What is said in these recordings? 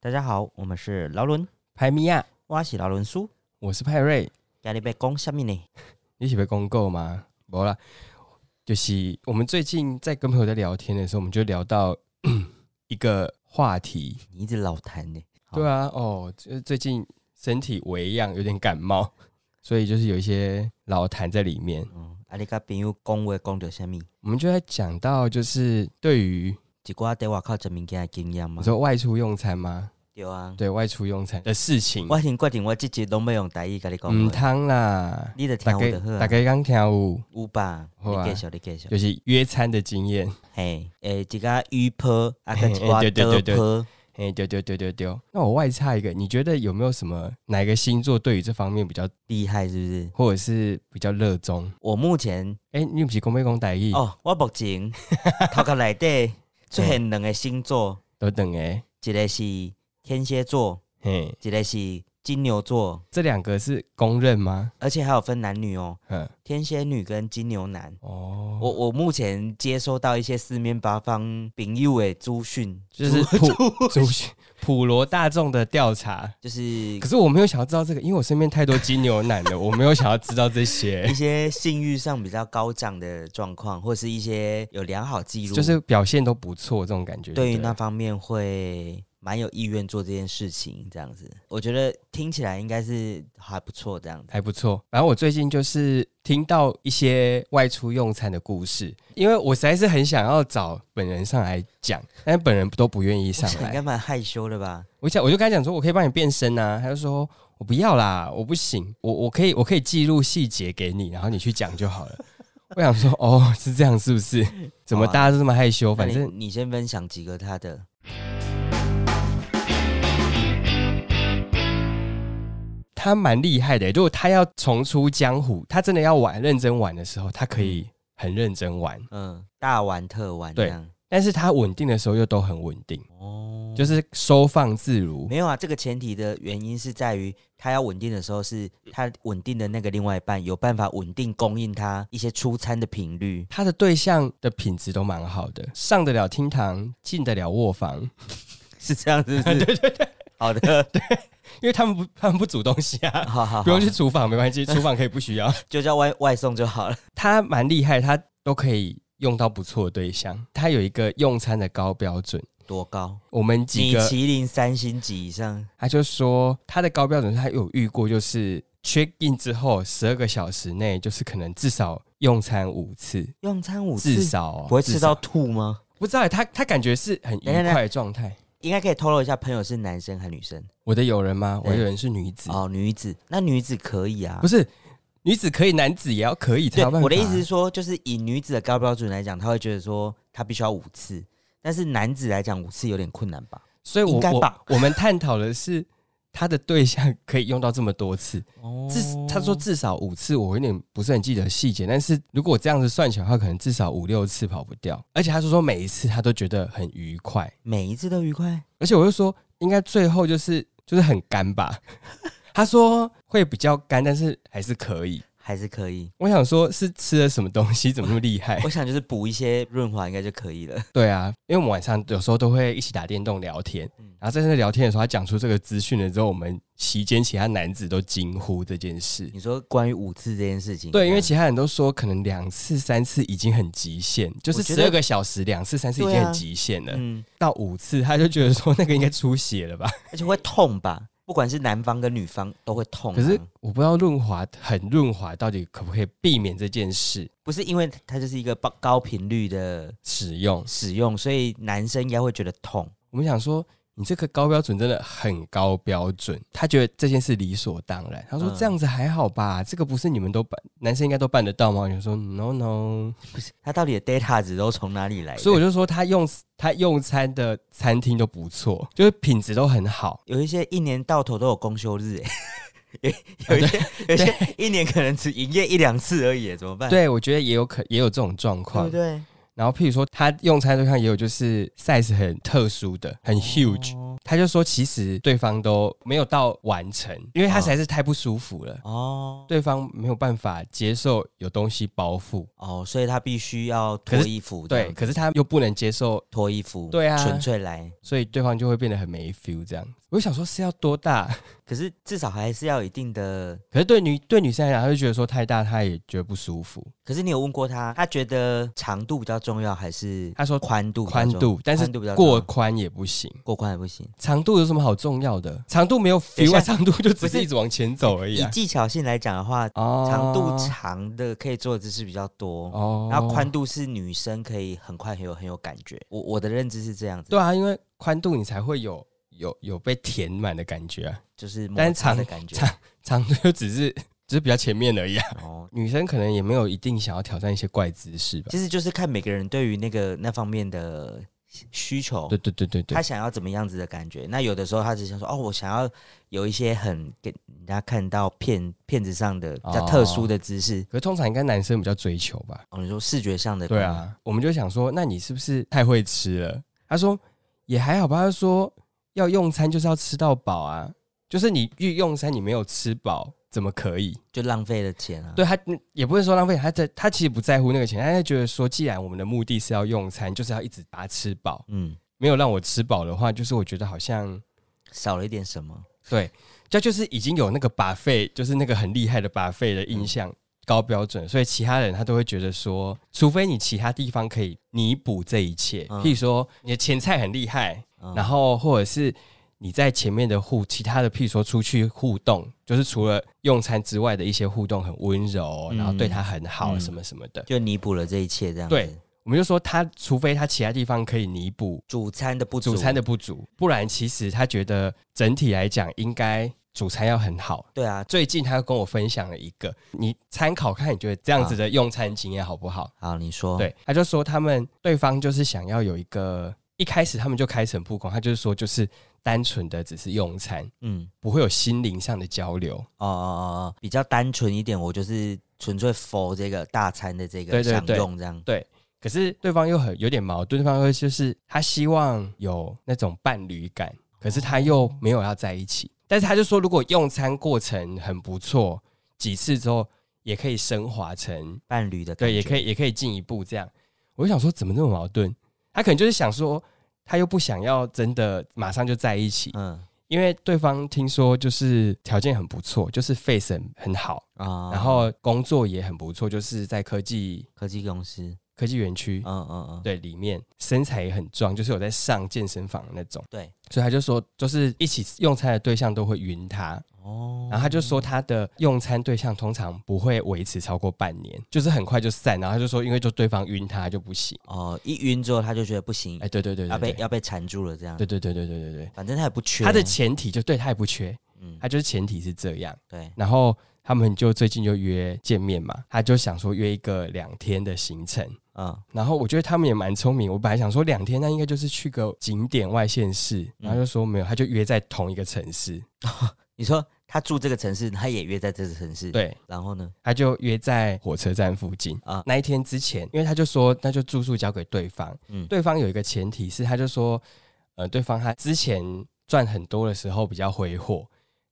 大家好，我们是劳伦，派米亚，我是劳伦叔。啊我是派瑞，今日要讲什么呢？你是被公购吗？没啦，就是我们最近在跟朋友在聊天的时候，我们就聊到 一个话题，你一直老谈呢、好对啊，哦，最最近身体微恙，有点感冒，所以就是有一些老痰在里面。嗯，啊，你甲朋友讲话讲着什么？我们就在讲到，就是对于一寡在外口食物件的经验吗你？说外出用餐吗？对啊，对外出用餐的事情，我已经决定我这集拢要用台语甲你讲唔话，汤啦，你就听大我就好嗯家大啊。家刚听有，有吧？好啊你继续，你继续。就是约餐的经验。嘿，诶，一个鱼婆啊，跟一嘿寡对对刀对对婆，哎，丢丢丢丢丢。那我外插一个，你觉得有没有什么哪个星座对于这方面比较，厉害是不是？或者是比较热衷？我目前哎、你不是公妹公歹意哦，我目 前头壳内底出现两个星座，都等哎，一个是天蝎座，嘿，一个是金牛座，这两个是公认吗？而且还有分男女哦，嗯，天蝎女跟金牛男。哦，我我目前接收到一些四面八方朋友的资讯，就是资普族群普罗大众的调查。就是可是我没有想要知道这个，因为我身边太多金牛男了，我没有想要知道这些 一，些性欲上比较高涨的状况，或是一些有良好记录，就是表现都不错这种感觉。对于不那方面会蛮有意愿做这件事情，这样子，我觉得听起来应该是还不错，这样子。还不错。反正我最近就是听到一些外出用餐的故事，因为我实在是很想要找本人上来讲，但是本人都不愿意上你应来该。蛮害羞的吧？我想我就跟他讲说，我可以帮你变身啊，他就说我不要啦，我不行，我我可以我可以记录细节给你，然后你去讲就 好了。我想说，哦，是这样是不是？怎么好啊大家都这么害羞？那反你正你先分享几个他的，他蛮厉害的，如果他要重出江湖，他真的要玩认真玩的时候，他可以很认真玩，嗯，大玩特玩这对样。但是他稳定的时候又都很稳定。哦，就是收放自如。没有啊，这个前提的原因是在于他要稳定的时候，是他稳定的那个另外一半有办法稳定供应他一些出餐的频率。他的对象的品质都蛮好的，上得了厅堂，进得了卧房， 是这样，是不 是？对对对，好的，因为他们不他们不煮东西啊，好好不用好，去厨房没关系，厨房可以不需要。 就叫外外送就好了。他蛮厉害，他都可以用到不错的对象。他有一个用餐的高标准，多高？我们几米个其林三星级以上，他就说他的高标准，他有遇过就是。check in 之后十二个小时内，就是可能至少用餐五次，用餐五次至少哦、不会吃至少到吐吗？不知道欸他他感觉是很愉等等等快的状态。应该可以透露一下，朋友是男生还是女生？我的友人吗？对我的友人是女子，哦，女子，那女子可以啊。不是，是女子可以，男子也要可以才对有办法。我的意思是，说，就是以女子的高标准来讲，他会觉得说他必须要五次，但是男子来讲五次有点困难吧？所以我应该吧我我们探讨的是他的对象可以用到这么多次，哦至他说至少五次，我有点不是很记得细节，但是如果我这样子算起来的话，可能至少五六次跑不掉。而且他说说每一次他都觉得很愉快，每一次都愉快，而且我就说应该最后就是就是很干吧。 他说会比较干，但是还是可以。还是可以。我想说，是吃了什么东西，怎么那么厉害？我想就是补一些润滑应该就可以了。对啊，因为我们晚上有时候都会一起打电动聊天，嗯然后在那聊天的时候，他讲出这个资讯了之后，我们席间其他男子都惊呼这件事。 你说关于五次这件事情，对，因为其他人都说可能两次、三次已经很极限，就是我觉十得二个小时两次、三次已对啊经很极限了。嗯，到五次，他就觉得说那个应该出血了吧？而且会痛吧，不管是男方跟女方都会痛啊、可是我不知道润滑很润滑到底可不可以避免这件事不是因为它就是一个高高频率的使用。使用，所以男生应该会觉得痛。我们想说，你这个高标准真的很高标准。他觉得这件事理所当然。他说嗯这样子还好吧，这个不是你们都办，男生应该都办得到吗？你说嗯 no no。他到底的 data 值都从哪里来的？所以我就说他用他用餐的餐厅都不错，就是品质都很好。有一些一年到头都有公休日、欸， 有有一些、有一些一年可能只营业一两次而已欸，怎么办？对，我觉得也有可也有这种状对况不。对？然后譬如说他用餐对象也有就是 size 很特殊的，很 huge，、哦他就说其实对方都没有到完成，因为他实在是太不舒服了。哦对方没有办法接受有东西包覆，哦，所以他必须要可脱是衣服，对，，可是他又不能接受，脱衣服，对啊纯粹来。所以对方就会变得很没 feel 这样。我就想说是要多大， 可是至少还是要有一定的。可是对女对女生来讲，她就觉得说太大，她也觉得不舒服。可是你有问过他，他觉得长度比较重要还是她说宽度比较宽重要？度，但是宽度比较重过要宽也不行，过宽也不行。长度有什么好重要的？长度没有等一 feel 下啊，长度就不只是是一直往前走而已以啊。技巧性来讲的话，哦长度长的可以做的姿势比较多，哦然后宽度是女生可以很快很有很有感觉。我我的认知是这样子，对啊，因为宽度你才会有有有被填满的感觉啊，就是摩但是擦长的感觉。长长度就只是只是比较前面而已啊。哦，女生可能也没有一定想要挑战一些怪姿势吧。其实就是看每个人对于那个那方面的需求对。对对对他对，想要怎么样子的感觉？那有的时候他只想说，哦，我想要有一些很给人家看到片片子上的比较特殊的姿势。可是通常应该男生比较追求吧？哦，你说视觉上的，对，啊，我们就想说，那你是不是太会吃了？他说也还好吧。他说要用餐就是要吃到饱啊，就是你去用餐你没有吃饱，怎么可以？就浪费了钱啊。对他嗯也不是说浪费，他在他其实不在乎那个钱，他就觉得说，既然我们的目的是要用餐，就是要一直把它吃饱，嗯，没有让我吃饱的话，就是我觉得好像少了一点什么。对，这就是已经有那个把费，就是那个很厉害的把费的印象。高标准，所以其他人他都会觉得说，除非你其他地方可以弥补这一切，嗯譬如说你的前菜很厉害，嗯然后或者是你在前面的互其他的，譬如说出去互动，就是除了用餐之外的一些互动很温柔，嗯然后对他很好嗯什么什么的。就弥补了这一切，这样子对我们就说他，除非他其他地方可以弥补主餐的不足，主餐的不足，不然其实他觉得整体来讲应该主餐要很好。对啊，最近他跟我分享了一个，你参考看，你觉得这样子的用餐经验好不好？好，你说，，对，他就说他们对方就是想要有一个，一开始他们就开诚布公，他就是说就是单纯的只是用餐，嗯，不会有心灵上的交流。哦哦哦哦，比较单纯一点，我就是纯粹 for 这个大餐的这个对对享对用这样，可是对方又很有点矛盾，对方又就是他希望有那种伴侣感，可是他又没有要在一起。但是他就说，如果用餐过程很不错，几次之后也可以升华成伴侣的感对，觉也可以也可以进一步这样。我就想说，怎么那么矛盾？他可能就是想说，他又不想要真的马上就在一起，嗯因为对方听说就是条件很不错，就是 face 很很好，啊然后工作也很不错，就是在科技科技公司，科技园区嗯。嗯嗯，对，里面身材也很壮，就是有在上健身房的那种，对，所以他就说，就是一起用餐的对象都会晕他，哦，然后他就说他的用餐对象通常不会维持超过半年，就是很快就散，然后他就说因为就对方晕他就不行，哦，一晕之后他就觉得不行哎，，对对对要对啊被对，要被缠住了这样，对对对对对对对，反正他也不缺啊他的前提就对他也不缺，嗯他，就是前提是这样，对，然后他们就最近就约见面嘛，他就想说约一个两天的行程，嗯然后我觉得他们也蛮聪明，我本来想说两天那应该就是去个景点外县市，然后就说没有，他就约在同一个城市，你说他住这个城市，他也约在这个城市，，对，然后呢，他就约在火车站附近啊啊。那一天之前，因为他就说那就住宿交给对方，嗯对方有一个前提是，他就说呃，对方他之前赚很多的时候比较挥霍。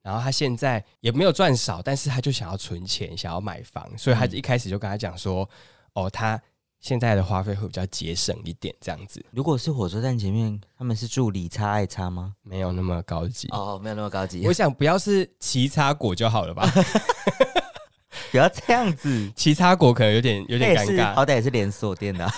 然后他现在也没有赚少，但是他就想要存钱，想要买房，所以他嗯一开始就跟他讲说，哦，他现在的花费会比较节省一点，这样子如果是火车站前面，他们是住里差爱差吗？没有那么高级。哦，没有那么高级，我想不要是奇差果就好了吧？ 不要这样子，奇差果可能有点有有点尴好尬，歹也是连锁店的啊、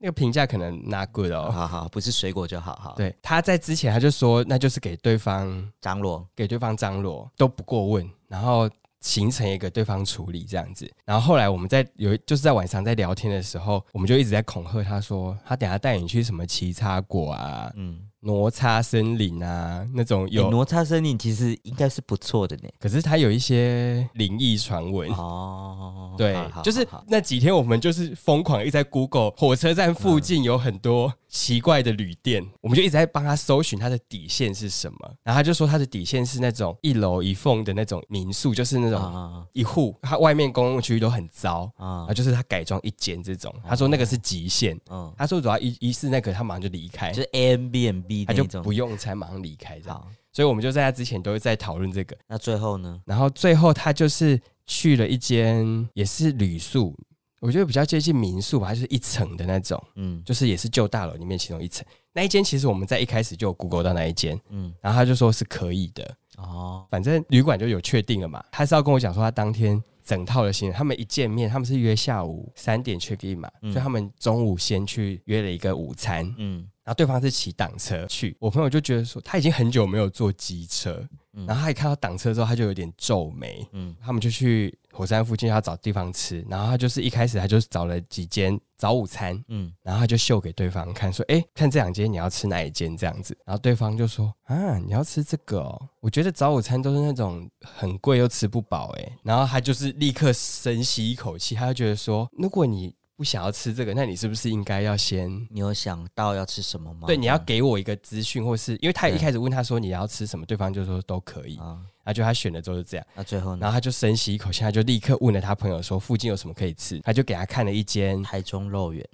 那个评价可能 not good 哦。好好，不是水果就好好。，对，他在之前他就说，那就是给对方张罗，给对方张罗都不过问，然后形成一个对方处理这样子。然后后来我们在有就是在晚上在聊天的时候，我们就一直在恐吓他说，他等下带你去什么奇差果啊、嗯，哎挪叉森林啊那种有有，挪差森林其实应该是不错的呢。可是他有一些灵异传闻。哦， 对好好，就是好好那几天我们就是疯狂一直在 Google 火车站附近有很多奇怪的旅店，我们就一直在帮他搜寻他的底线是什么。然后他就说他的底线是那种一楼一缝的那种民宿，就是那种啊一户，它外面公共区域都很糟，啊啊，就是他改装一间这种。他说那个哦是极限，嗯，他说主要一一次那个他马上就离开就，是 a m b n b 他那就种不。用才马上离开这样。好，所以我们就在他之前都会在讨论这个。那最后呢？然后最后他就是去了一间也是旅宿，我觉得比较接近民宿吧，它就是一层的那种，嗯就是也是旧大楼里面其中一层。那一间其实我们在一开始就有 Google 到那一间，嗯，然后他就说是可以的，哦，反正旅馆就有确定了嘛。他是要跟我讲说他当天整套的行程，他们一见面，他们是约下午三点 check in 嘛，嗯所以他们中午先去约了一个午餐，嗯然后对方是骑挡车去。我朋友就觉得说他已经很久没有坐机车，嗯然后他一看到挡车之后，他就有点皱眉。嗯他们就去火山附近要找地方吃，然后他就是一开始他就找了几间早午餐，嗯，然后他就秀给对方看，说：“哎、看这两间你要吃哪一间？”这样子，然后对方就说：“啊，你要吃这个哦？我觉得早午餐都是那种很贵又吃不饱哎。”然后他就是立刻深吸一口气，他就觉得说：“如果你不想要吃这个，那你是不是应该要先？”你有想到要吃什么吗？嗯对，你要这给我一个资讯，或是因为他一对开始问他说你要吃什么，对方就说都可以，样啊。然后就他选了之后就这样。那最后然呢？，后他就深吸一口气，他就立刻问了他朋友说附近有什么可以吃，他就给他看了一间 台中肉圆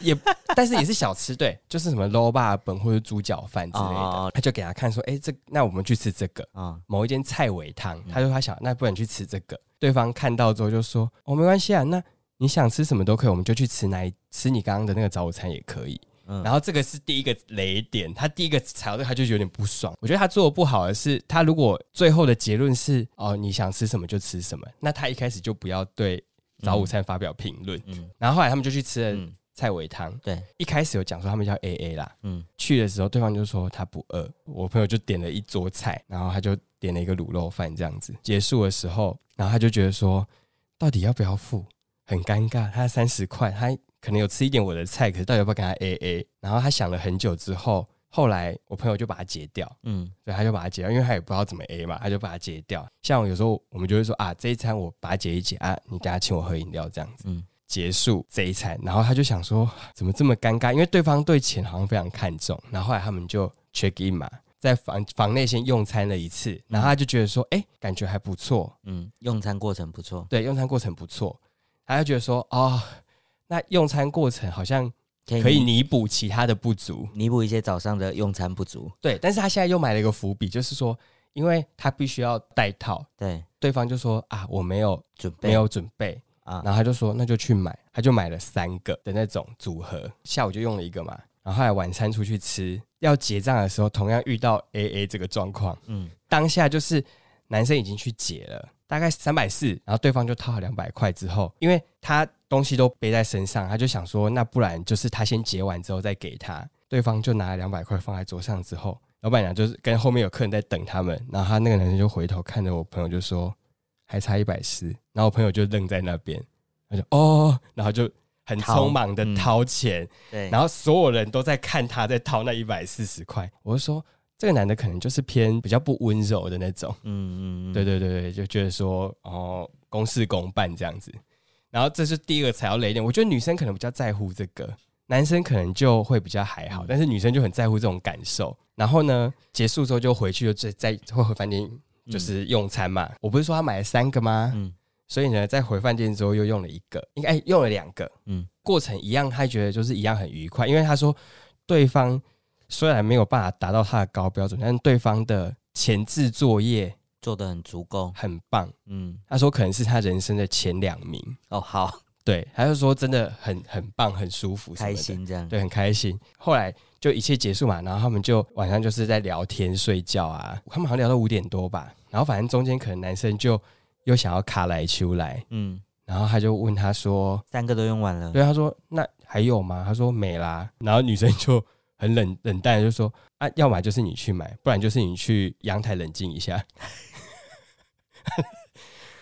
也但是也是小吃，对，就是什么 low 霸本或者猪脚饭之类的，哦他就给他看说，哎、这那我们去吃这个啊，某一间菜尾汤，嗯他说他想那不然去吃这个，对方看到之后就说，哦没关系啊，那你想吃什么都可以，我们就去吃那一吃你刚刚的那个早午餐也可以。嗯然后这个是第一个雷点，他第一个踩到这个他就有点不爽。我觉得他做的不好的是，他如果最后的结论是哦你想吃什么就吃什么，那他一开始就不要对早午餐发表评论。嗯然后后来他们就去吃了嗯，菜尾汤，对，一开始有讲说他们叫 A A 啦，嗯去的时候对方就说他不饿，我朋友就点了一桌菜，然后他就点了一个卤肉饭这样子。结束的时候，然后他就觉得说到底要不要付，很尴尬。他三十块，他可能有吃一点我的菜，可是到底要不要跟他 A A？然后他想了很久之后，后来我朋友就把它截掉，嗯对，他就把它截掉，因为他也不知道怎么 A 嘛，他就把它截掉。像有时候我们就会说啊，这一餐我把它截一截啊，你等下请我喝饮料这样子。嗯结束这一餐，然后他就想说怎么这么尴尬，因为对方对钱好像非常看重。然后后来他们就 check in 嘛，在房房内先用餐了一次，然后他就觉得说，哎、感觉还不错，嗯，用餐过程不错，对，用餐过程不错，他就觉得说，哦，那用餐过程好像可以可以弥补其他的不足，弥补一些早上的用餐不足。对。但是他现在又埋了一个伏笔，就是说，因为他必须要带套，对，对方就说啊，我没有准备没有准备，啊然后他就说那就去买，他就买了三个的那种组合，下午就用了一个嘛，然后后来晚餐出去吃，要结账的时候同样遇到 A A 这个状况，嗯当下就是男生已经去结了，大概三百四，然后对方就掏了两百块之后，因为他东西都背在身上，他就想说那不然就是他先结完之后再给他，对方就拿了两百块放在桌上之后。老板娘就是跟后面有客人在等他们，然后他那个男生就回头看着我朋友就说：“还差一百四。”然后我朋友就愣在那边，他就哦，然后就很掏匆忙的嗯掏钱，对，然后所有人都在看他在掏那一百四十块。我就说，这个男的可能就是偏比较不温柔的那种。嗯嗯嗯对对对对，就觉得说哦，公事公办这样子。然后这是第二个踩到雷点，我觉得女生可能比较在乎这个，男生可能就会比较还好，但是女生就很在乎这种感受。然后呢，结束之后就回去就再再会回饭店，就是用餐嘛。我不是说他买了三个吗？嗯所以呢，在回饭店之后又用了一个，应该、哎用了两个，嗯嗯，过程一样，他觉得就是一样很愉快，因为他说对方虽然没有办法达到他的高标准，但是对方的前置作业做的很足够。很棒，嗯他说可能是他人生的前两名，哦，好对，他就说真的很很棒，很舒服，开，心这样。对，很开心。后来就一切结束嘛，然后他们就晚上就是在聊天睡觉啊，他们好像聊到五点多吧，然后反正中间可能男生就又想要卡来秋来，嗯，然后他就问他说。三个都用完了。对，他说那还有吗？他说没啦。然后女生就很冷冷淡，就说啊，要么就是你去买，不然就是你去阳台冷静一下。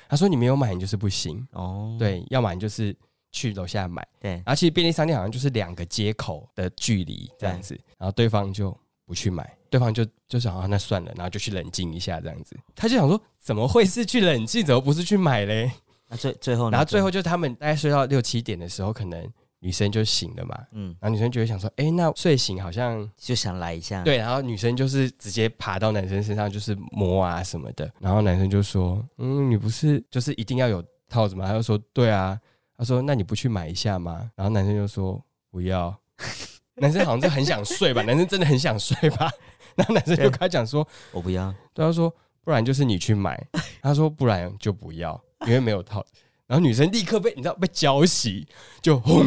他说你没有买，你就是不行。哦，对，要么你就是去楼下买。对然后其实便利商店好像就是两个街口的距离这样子，然后对方就不去买，对方就就想啊，那算了，然后就去冷静一下这样子。他就想说，怎么会是去冷静，怎么不是去买嘞？哦那最最后呢，然后最后就是他们大概睡到六七点的时候，可能女生就醒了嘛，嗯，然后女生就会想说，哎、那睡醒好像就想来一下，，对，然后女生就是直接爬到男生身上，就是摸啊什么的。然后男生就说：“嗯，你不是就是一定要有套子吗？”他就说：“对啊。”他说：“那你不去买一下吗？”然后男生就说：“不要。”男生好像就很想睡吧，男生真的很想睡吧。然后男生就对跟他讲说我不要，：“对，他说不然就是你去买。”他说：“不然就不要，因为没有套子。”然后女生立刻被你知道被浇熄，就轰。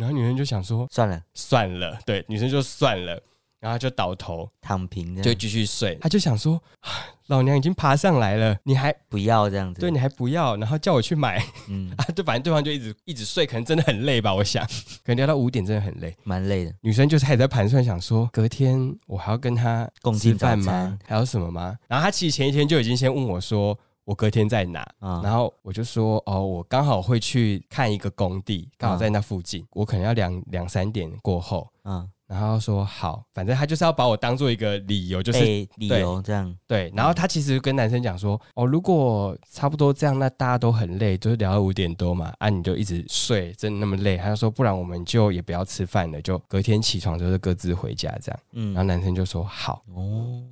然后女生就想说算了，算了，对，女生就算了，然后她就倒头。躺平这就样，继续睡。嗯他就想说，啊老娘已经爬上来了，你还不要这样子，对，你还不要，然后叫我去买 嗯，啊？对，反正对方就一直一直睡，可能真的很累吧，我想， 可能聊到五点真的很累。蛮累的，女生就是还在盘算，想说隔天我还要跟他共吃进早饭餐吗？还有什么吗？然后他其实前一天就已经先问我说，我隔天在哪？啊，然后我就说哦，我刚好会去看一个工地，刚好在那附啊近，我可能要两两三点过后。嗯，然后他说好，反正他就是要把我当做一个理由，就是被理由这样，对，然后他其实跟男生讲说，哦，如果差不多这样，那大家都很累，就是聊到五点多嘛，啊，你就一直睡，真的那么累？他就说，不然我们就也不要吃饭了，就隔天起床就是各自回家这样。然后嗯，男生就说好，哦，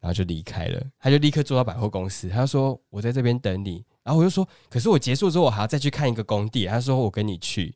然后就离开了，他就立刻坐到百货公司，他说我在这边等你，然后我就说，可是我结束之后我还要再去看一个工地，他说我跟 你去，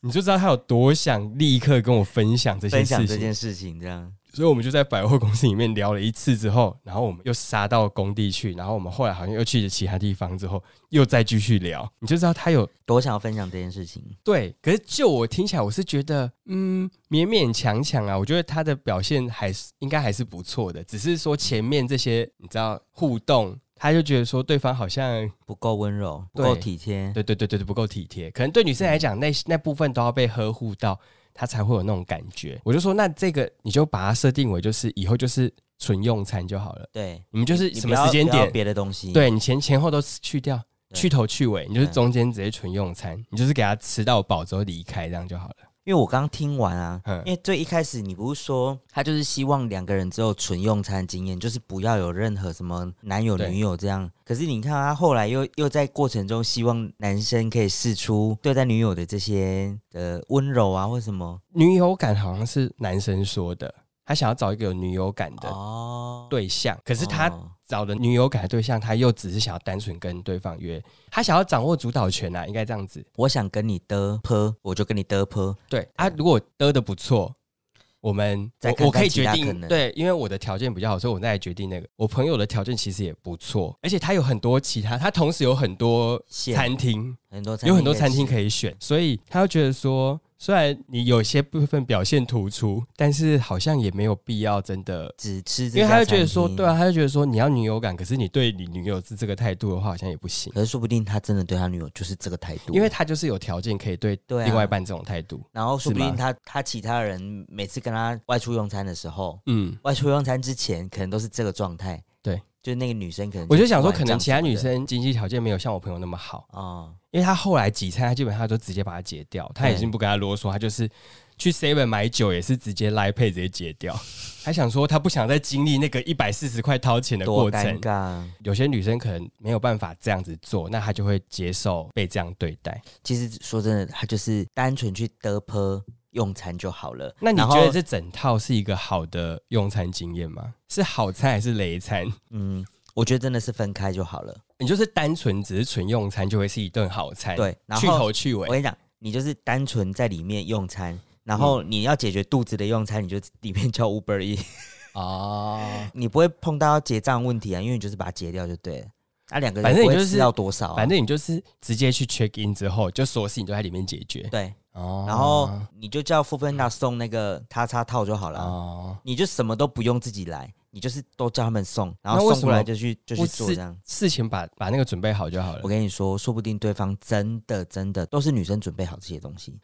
你就知道他有多想立刻跟我分享这些分事享情，这件事情这样，所以我们就在百货公司里面聊了一次之后，然后我们又杀到工地去，然后我们后来好像又去了其他地方之后，又再继续聊，你就知道他有多想要分享这件事情，对。可是就我听起来，我是觉得，嗯，勉勉强强啊，我觉得他的表现还是应该还是不错的，只是说前面这些你知道互动，他就觉得说对方好像不够温柔，不够对体贴，对对对对对不够体贴，可能对女生来讲，那那部分都要被呵护到，她才会有那种感觉。我就说，那这个你就把它设定为就是以后就是纯用餐就好了。对，你们就是你什不么要时间不要点？别的东西，，对你前前后都去掉，对去头去尾，你就是对中间直接纯用餐，你就是给他吃到饱之后离开，这样就好了。因为我刚听完啊，嗯因为最一开始你不是说他就是希望两个人只有纯用餐经验，就是不要有任何什么男友对女友这样。可是你看他后来又又在过程中希望男生可以试出对待女友的这些呃温柔啊或什么女友感好像是男生说的，他想要找一个有女友感的哦，对象，可可是他找的女友感的对象，他又只是想要单纯跟对方约，他想要掌握主导权啊，应该这样子。我想跟你的泼，我就跟你的泼，对啊，如果得的不错。我们再我看我可以看其决他可定能对，因为我的条件比较好，所以我再来决定那个。我朋友的条件其实也不错，而且他有很多其他，他同时有很多线餐厅，很多有很多餐厅以可以选，所以他就觉得说，虽然你有些部分表现突出，但是好像也没有必要真的。只吃这因为家餐厅，他就觉得说，对啊，他就觉得说你要女友感，可是你对你女友是这个态度的话，好像也不行，可是说不定他真的对他女友就是这个态度，因为他就是有条件可以对对啊另外一半这种态度。然后说不是定吗他他其他人每次跟他外出用餐的时候，嗯，外出用餐之前可能都是这个状态。对，就是那个女生可能我就就想说，突可然讲能其他什么女的生经济条件没有像我朋友那么好，哦，因为他后来几餐，他基本上都直接把它解掉，他已经不跟他啰嗦，他就是去 Seven 买酒也是直接 Line Pay 直接解掉。他想说，他不想再经历那个一百四十块掏钱的多过尴程。尬。有些女生可能没有办法这样子做，那她就会接受被这样对待。其实说真的，她就是单纯去得坡用餐就好了。那你然觉后得这整套是一个好的用餐经验吗？是好餐还是雷餐？ 嗯，我觉得真的是分开就好了。你就是单纯只是纯用餐，就会是一顿好餐，对，然哎去后头去我尾。跟你讲，你就是单纯在里面用嗯餐。然后你要解决肚子的用餐，你就里面叫 Uber E，哦，你不会碰到结账问题啊，因为你就是把它结掉就对了。那、两个人反正你不会就吃是到多少啊、反正你就是直接去 check in 之后，就所有事情都在里面解决。对，哦然后你就叫 f o o p a n d a 送那个叉叉套就好了啊、哦，你就什么都不用自己来，你就是都叫他们送，然那为后送什过来么就去就去不做是这样。事前把把那个准备好就好了我。跟你说，说不定对方真的真的都是女生准备好这些东 西，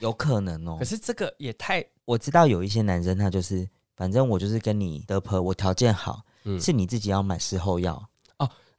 有可能哦可。是这个也太我知道有一些男生他就是，反正我就是跟你的朋，我条件好，嗯是你自己要买事后药。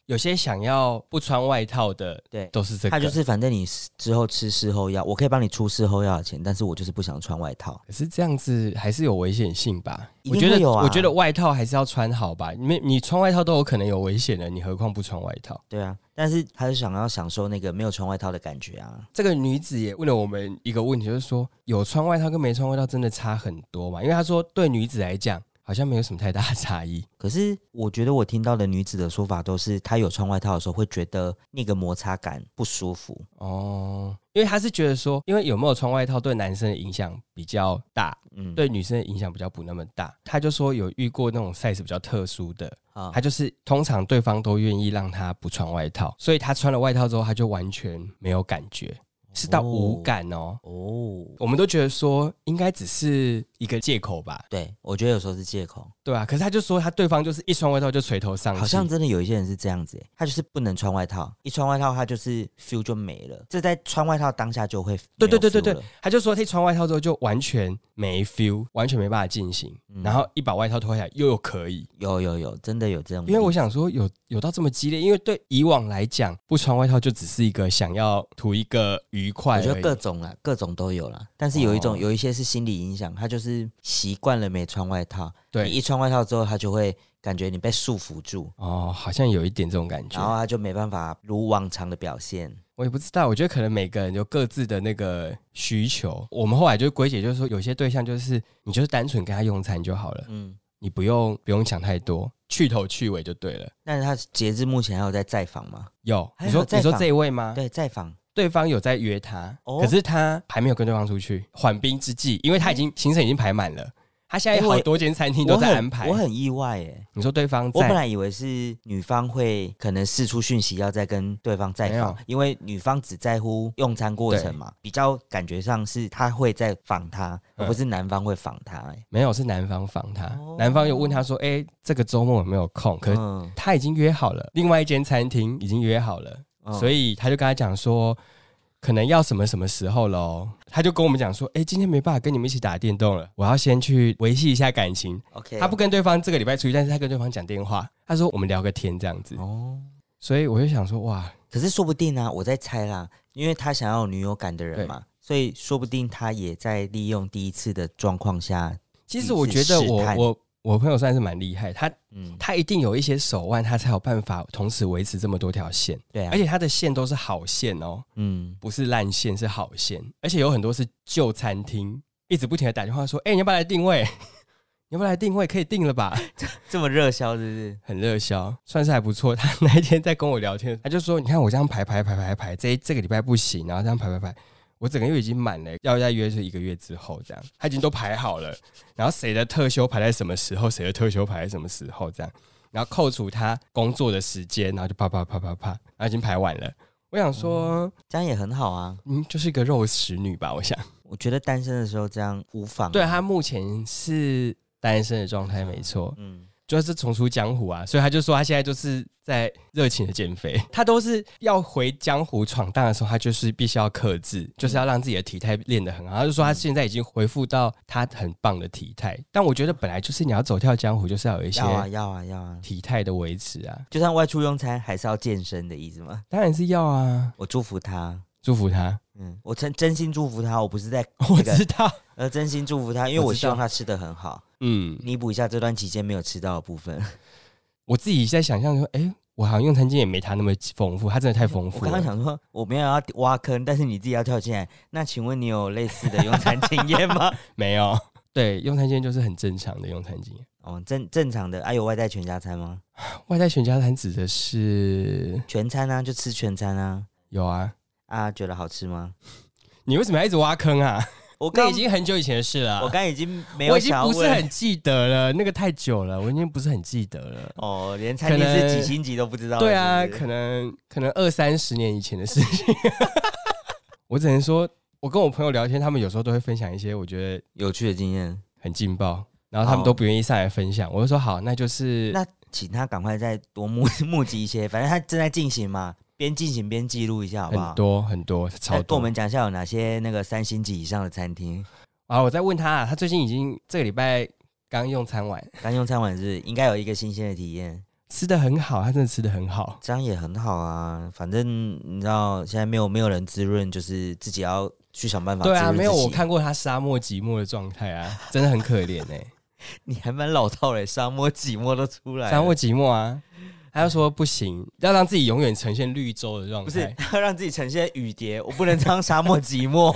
有些想要不穿外套的，对都是这个。他就是反正你之后吃事后药，我可以帮你出事后药的钱，但是我就是不想穿外套。可是这样子还是有危险性吧？一我定觉得会有啊我觉得外套还是要穿好吧。你你穿外套都有可能有危险的，你何况不穿外套？对啊，但是他是想要享受那个没有穿外套的感觉啊。这个女子也问了我们一个问题，就是说有穿外套跟没穿外套真的差很多嘛？因为她说对女子来讲好像没有什么太大的差异。可是我觉得我听到的女子的说法都是，她有穿外套的时候会觉得那个摩擦感不舒服。哦，因为他是觉得说，因为有没有穿外套对男生的影响比较大，嗯，对女生的影响比较不那么大。他就说有遇过那种 size 比较特殊的，啊他就是通常对方都愿意让他不穿外套，所以他穿了外套之后，他就完全没有感觉，是到无感哦。哦，我们都觉得说应该只是一个借口吧，对，我觉得有时候是借口，对啊，可是他就说他对方就是一穿外套就垂头丧气，好像真的有一些人是这样子欸，他就是不能穿外套，一穿外套他就是 feel 就没了，这在穿外套当下就会对对没有对对 feel 对了，他就说他一穿外套之后就完全没 feel，完全没办法进行，嗯然后一把外套脱下来又可以。有有有，真的有这种例子，因为我想说有，有到这么激烈，因为对以往来讲，不穿外套就只是一个想要图一个愉快我而已。觉得各种啦，各种都有啦，但是有一种、哦有一些是心理影响，他就是习惯了没穿外套，你对一穿外套之后，他就会感觉你被束缚住，哦，好像有一点这种感觉然。后他啊就没办法如往常的表现。我也不知道，我觉得可能每个人有各自的那个需求。我们后来就归结，就是说有些对象就是你就是单纯跟他用餐就好了，嗯，你不用不用想太多，去头去尾就对了。但是他截至目前还有在再访吗？有，还你有说在你说访这一位吗？对，再访对方有在约他，哦可是他还没有跟对方出去，缓兵之计，因为他已经行程已经排满了，他现在有哎我好多间餐厅我都在很安排我。很意外欸耶。你说对方我本在来以为是女方会可能释出讯息要再跟对方再访没，因为女方只在乎用餐过程嘛，比较感觉上是他会在访他，嗯而不是男方会访欸他耶。没有是男方访他，哦男方有问他说：“哎、这个周末有没有空？”可是嗯，他已经约好了，另外一间餐厅已经约好了，所以以他就跟他讲说，可能要什么什么时候喽。他就跟我们讲说：“哎、今天没办法跟你们一起打电动了，我要先去维系一下感情。” OK，他不跟对方这个礼拜出去，但是他跟对方讲电话，他说：“我们聊个天这样子。”哦，所以我就想说，哇，可是说不定啊，我在猜啦，因为他想要有女友感的人嘛，所以说不定他也在利用第一次的状况下，其实我觉得第一次试我探我我朋友算是蛮厉害，他嗯，他一定有一些手腕，他才有办法同时维持这么多条线，对啊，而且他的线都是好线哦，嗯，不是烂线，是好线，而且有很多是旧餐厅，一直不停的打电话说，哎、你要不要来定位？ 你要不要来定位？可以定了吧？这么热销是不是？很热销，算是还不错。他那一天在跟我聊天，他就说：“你看我这样排排排排排，这一这个礼拜不行，然后这样排排排，我整个月已经满了，要再约是一个月之后这样。他已经都排好了，然后谁的特休排在什么时候，谁的特休排在什么时候这样，然后扣除他工作的时间，然后就啪啪啪啪啪，然后已经排完了。我想说，这样也很好啊。嗯，就是一个肉食女吧，我想。我觉得单身的时候这样无妨、对，啊他目前是单身的状态，没错。嗯，就是重出江湖啊，所以他就说他现在就是在热情的减肥，他都是要回江湖闯荡的时候，他就是必须要克制，就是要让自己的体态练得很好。他就说他现在已经恢复到他很棒的体态，但我觉得本来就是你要走跳江湖，就是要有一些要啊，要啊，要啊。体态的维持啊，就算外出用餐，还是要健身的意思吗？当然是要啊，我祝福他，祝福他，嗯，我真真心祝福他，我不是在我这个，知道，呃，真心祝福他，因为我我知希望道他吃的很好，嗯，弥补一下这段期间没有吃到的部分。我自己在想象说，哎、我好像用餐经验也没他那么丰富，他真的太丰我富刚刚了。想说，我没有要挖坑，但是你自己要跳进来。那请问你有类似的用餐经验吗？ 没有，对，用餐经验就是很正常的用餐经验。哦，正正常的，啊，有外带全家餐吗？外带全家餐指的是全餐啊，就吃全餐啊。有啊，啊，觉得好吃吗？你为什么要一直挖坑啊？我刚那已经很久以前的事了啊、我刚已经没我有已经想要不是问很记得了，那个太久了，我已经不是很记得了。哦，连餐厅是几星级都不知道了。对啊，是不是可能可能二三十年以前的事情。 我只能说，我跟我朋友聊天，他们有时候都会分享一些我觉得有趣的经验。很劲爆，然后他们哦都不愿意上来分享。我就说好，那就是那请他赶快再多募 募集一些，反正他正在进行嘛，边进行边记录一下，好不好？很多很多超再跟多我。们讲一下有哪些那个三星级以上的餐厅，啊，我在问他、啊，他最近已经这个礼拜刚用餐完，刚用餐完是不是应该有一个新鲜的体验。吃的很好，他真的吃的很好。这样也很好啊。反正你知道，现在没有没有人滋润，就是自己要去想办法。对啊，没有我，看过他沙漠寂寞的状态啊，真的很可怜 哎、你还蛮老套嘞，沙漠寂寞都出来了。沙漠寂寞啊，他就说不行，要让自己永远呈现绿洲的状不是态。要让自己呈现雨蝶，我不能当沙漠寂寞，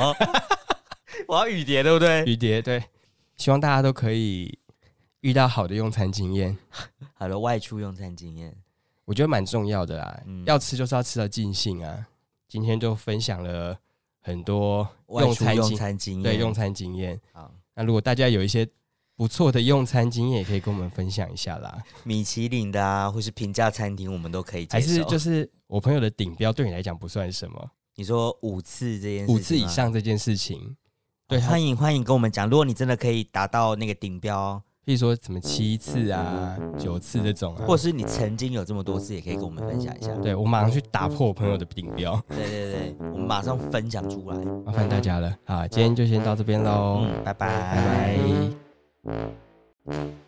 我要雨蝶，对不对？雨蝶对，希望大家都可以遇到好的用餐经验，好了，外出用餐经验，我觉得蛮重要的啦。嗯要吃就是要吃到尽兴啊。今天就分享了很多外出餐用经餐经验，对用餐经验。好，那如果大家有一些不错的用餐经验，也可以跟我们分享一下啦。米其林的啊，或是平价餐厅，我们都可以接还是受。就是我朋友的顶标对你来讲不算什么，你说五次这件事情吗啊五次以，上这件事情，对他哦欢迎欢迎跟我们讲，如果你真的可以达到那个顶标，譬如说什么七次啊、九次这种啊，或是你曾经有这么多次，也可以跟我们分享一下。对我马上去打破我朋友的顶标，对对对，我们马上分享出来。麻烦大嗯家了。好，今天就先到这边喽，嗯，拜拜拜拜。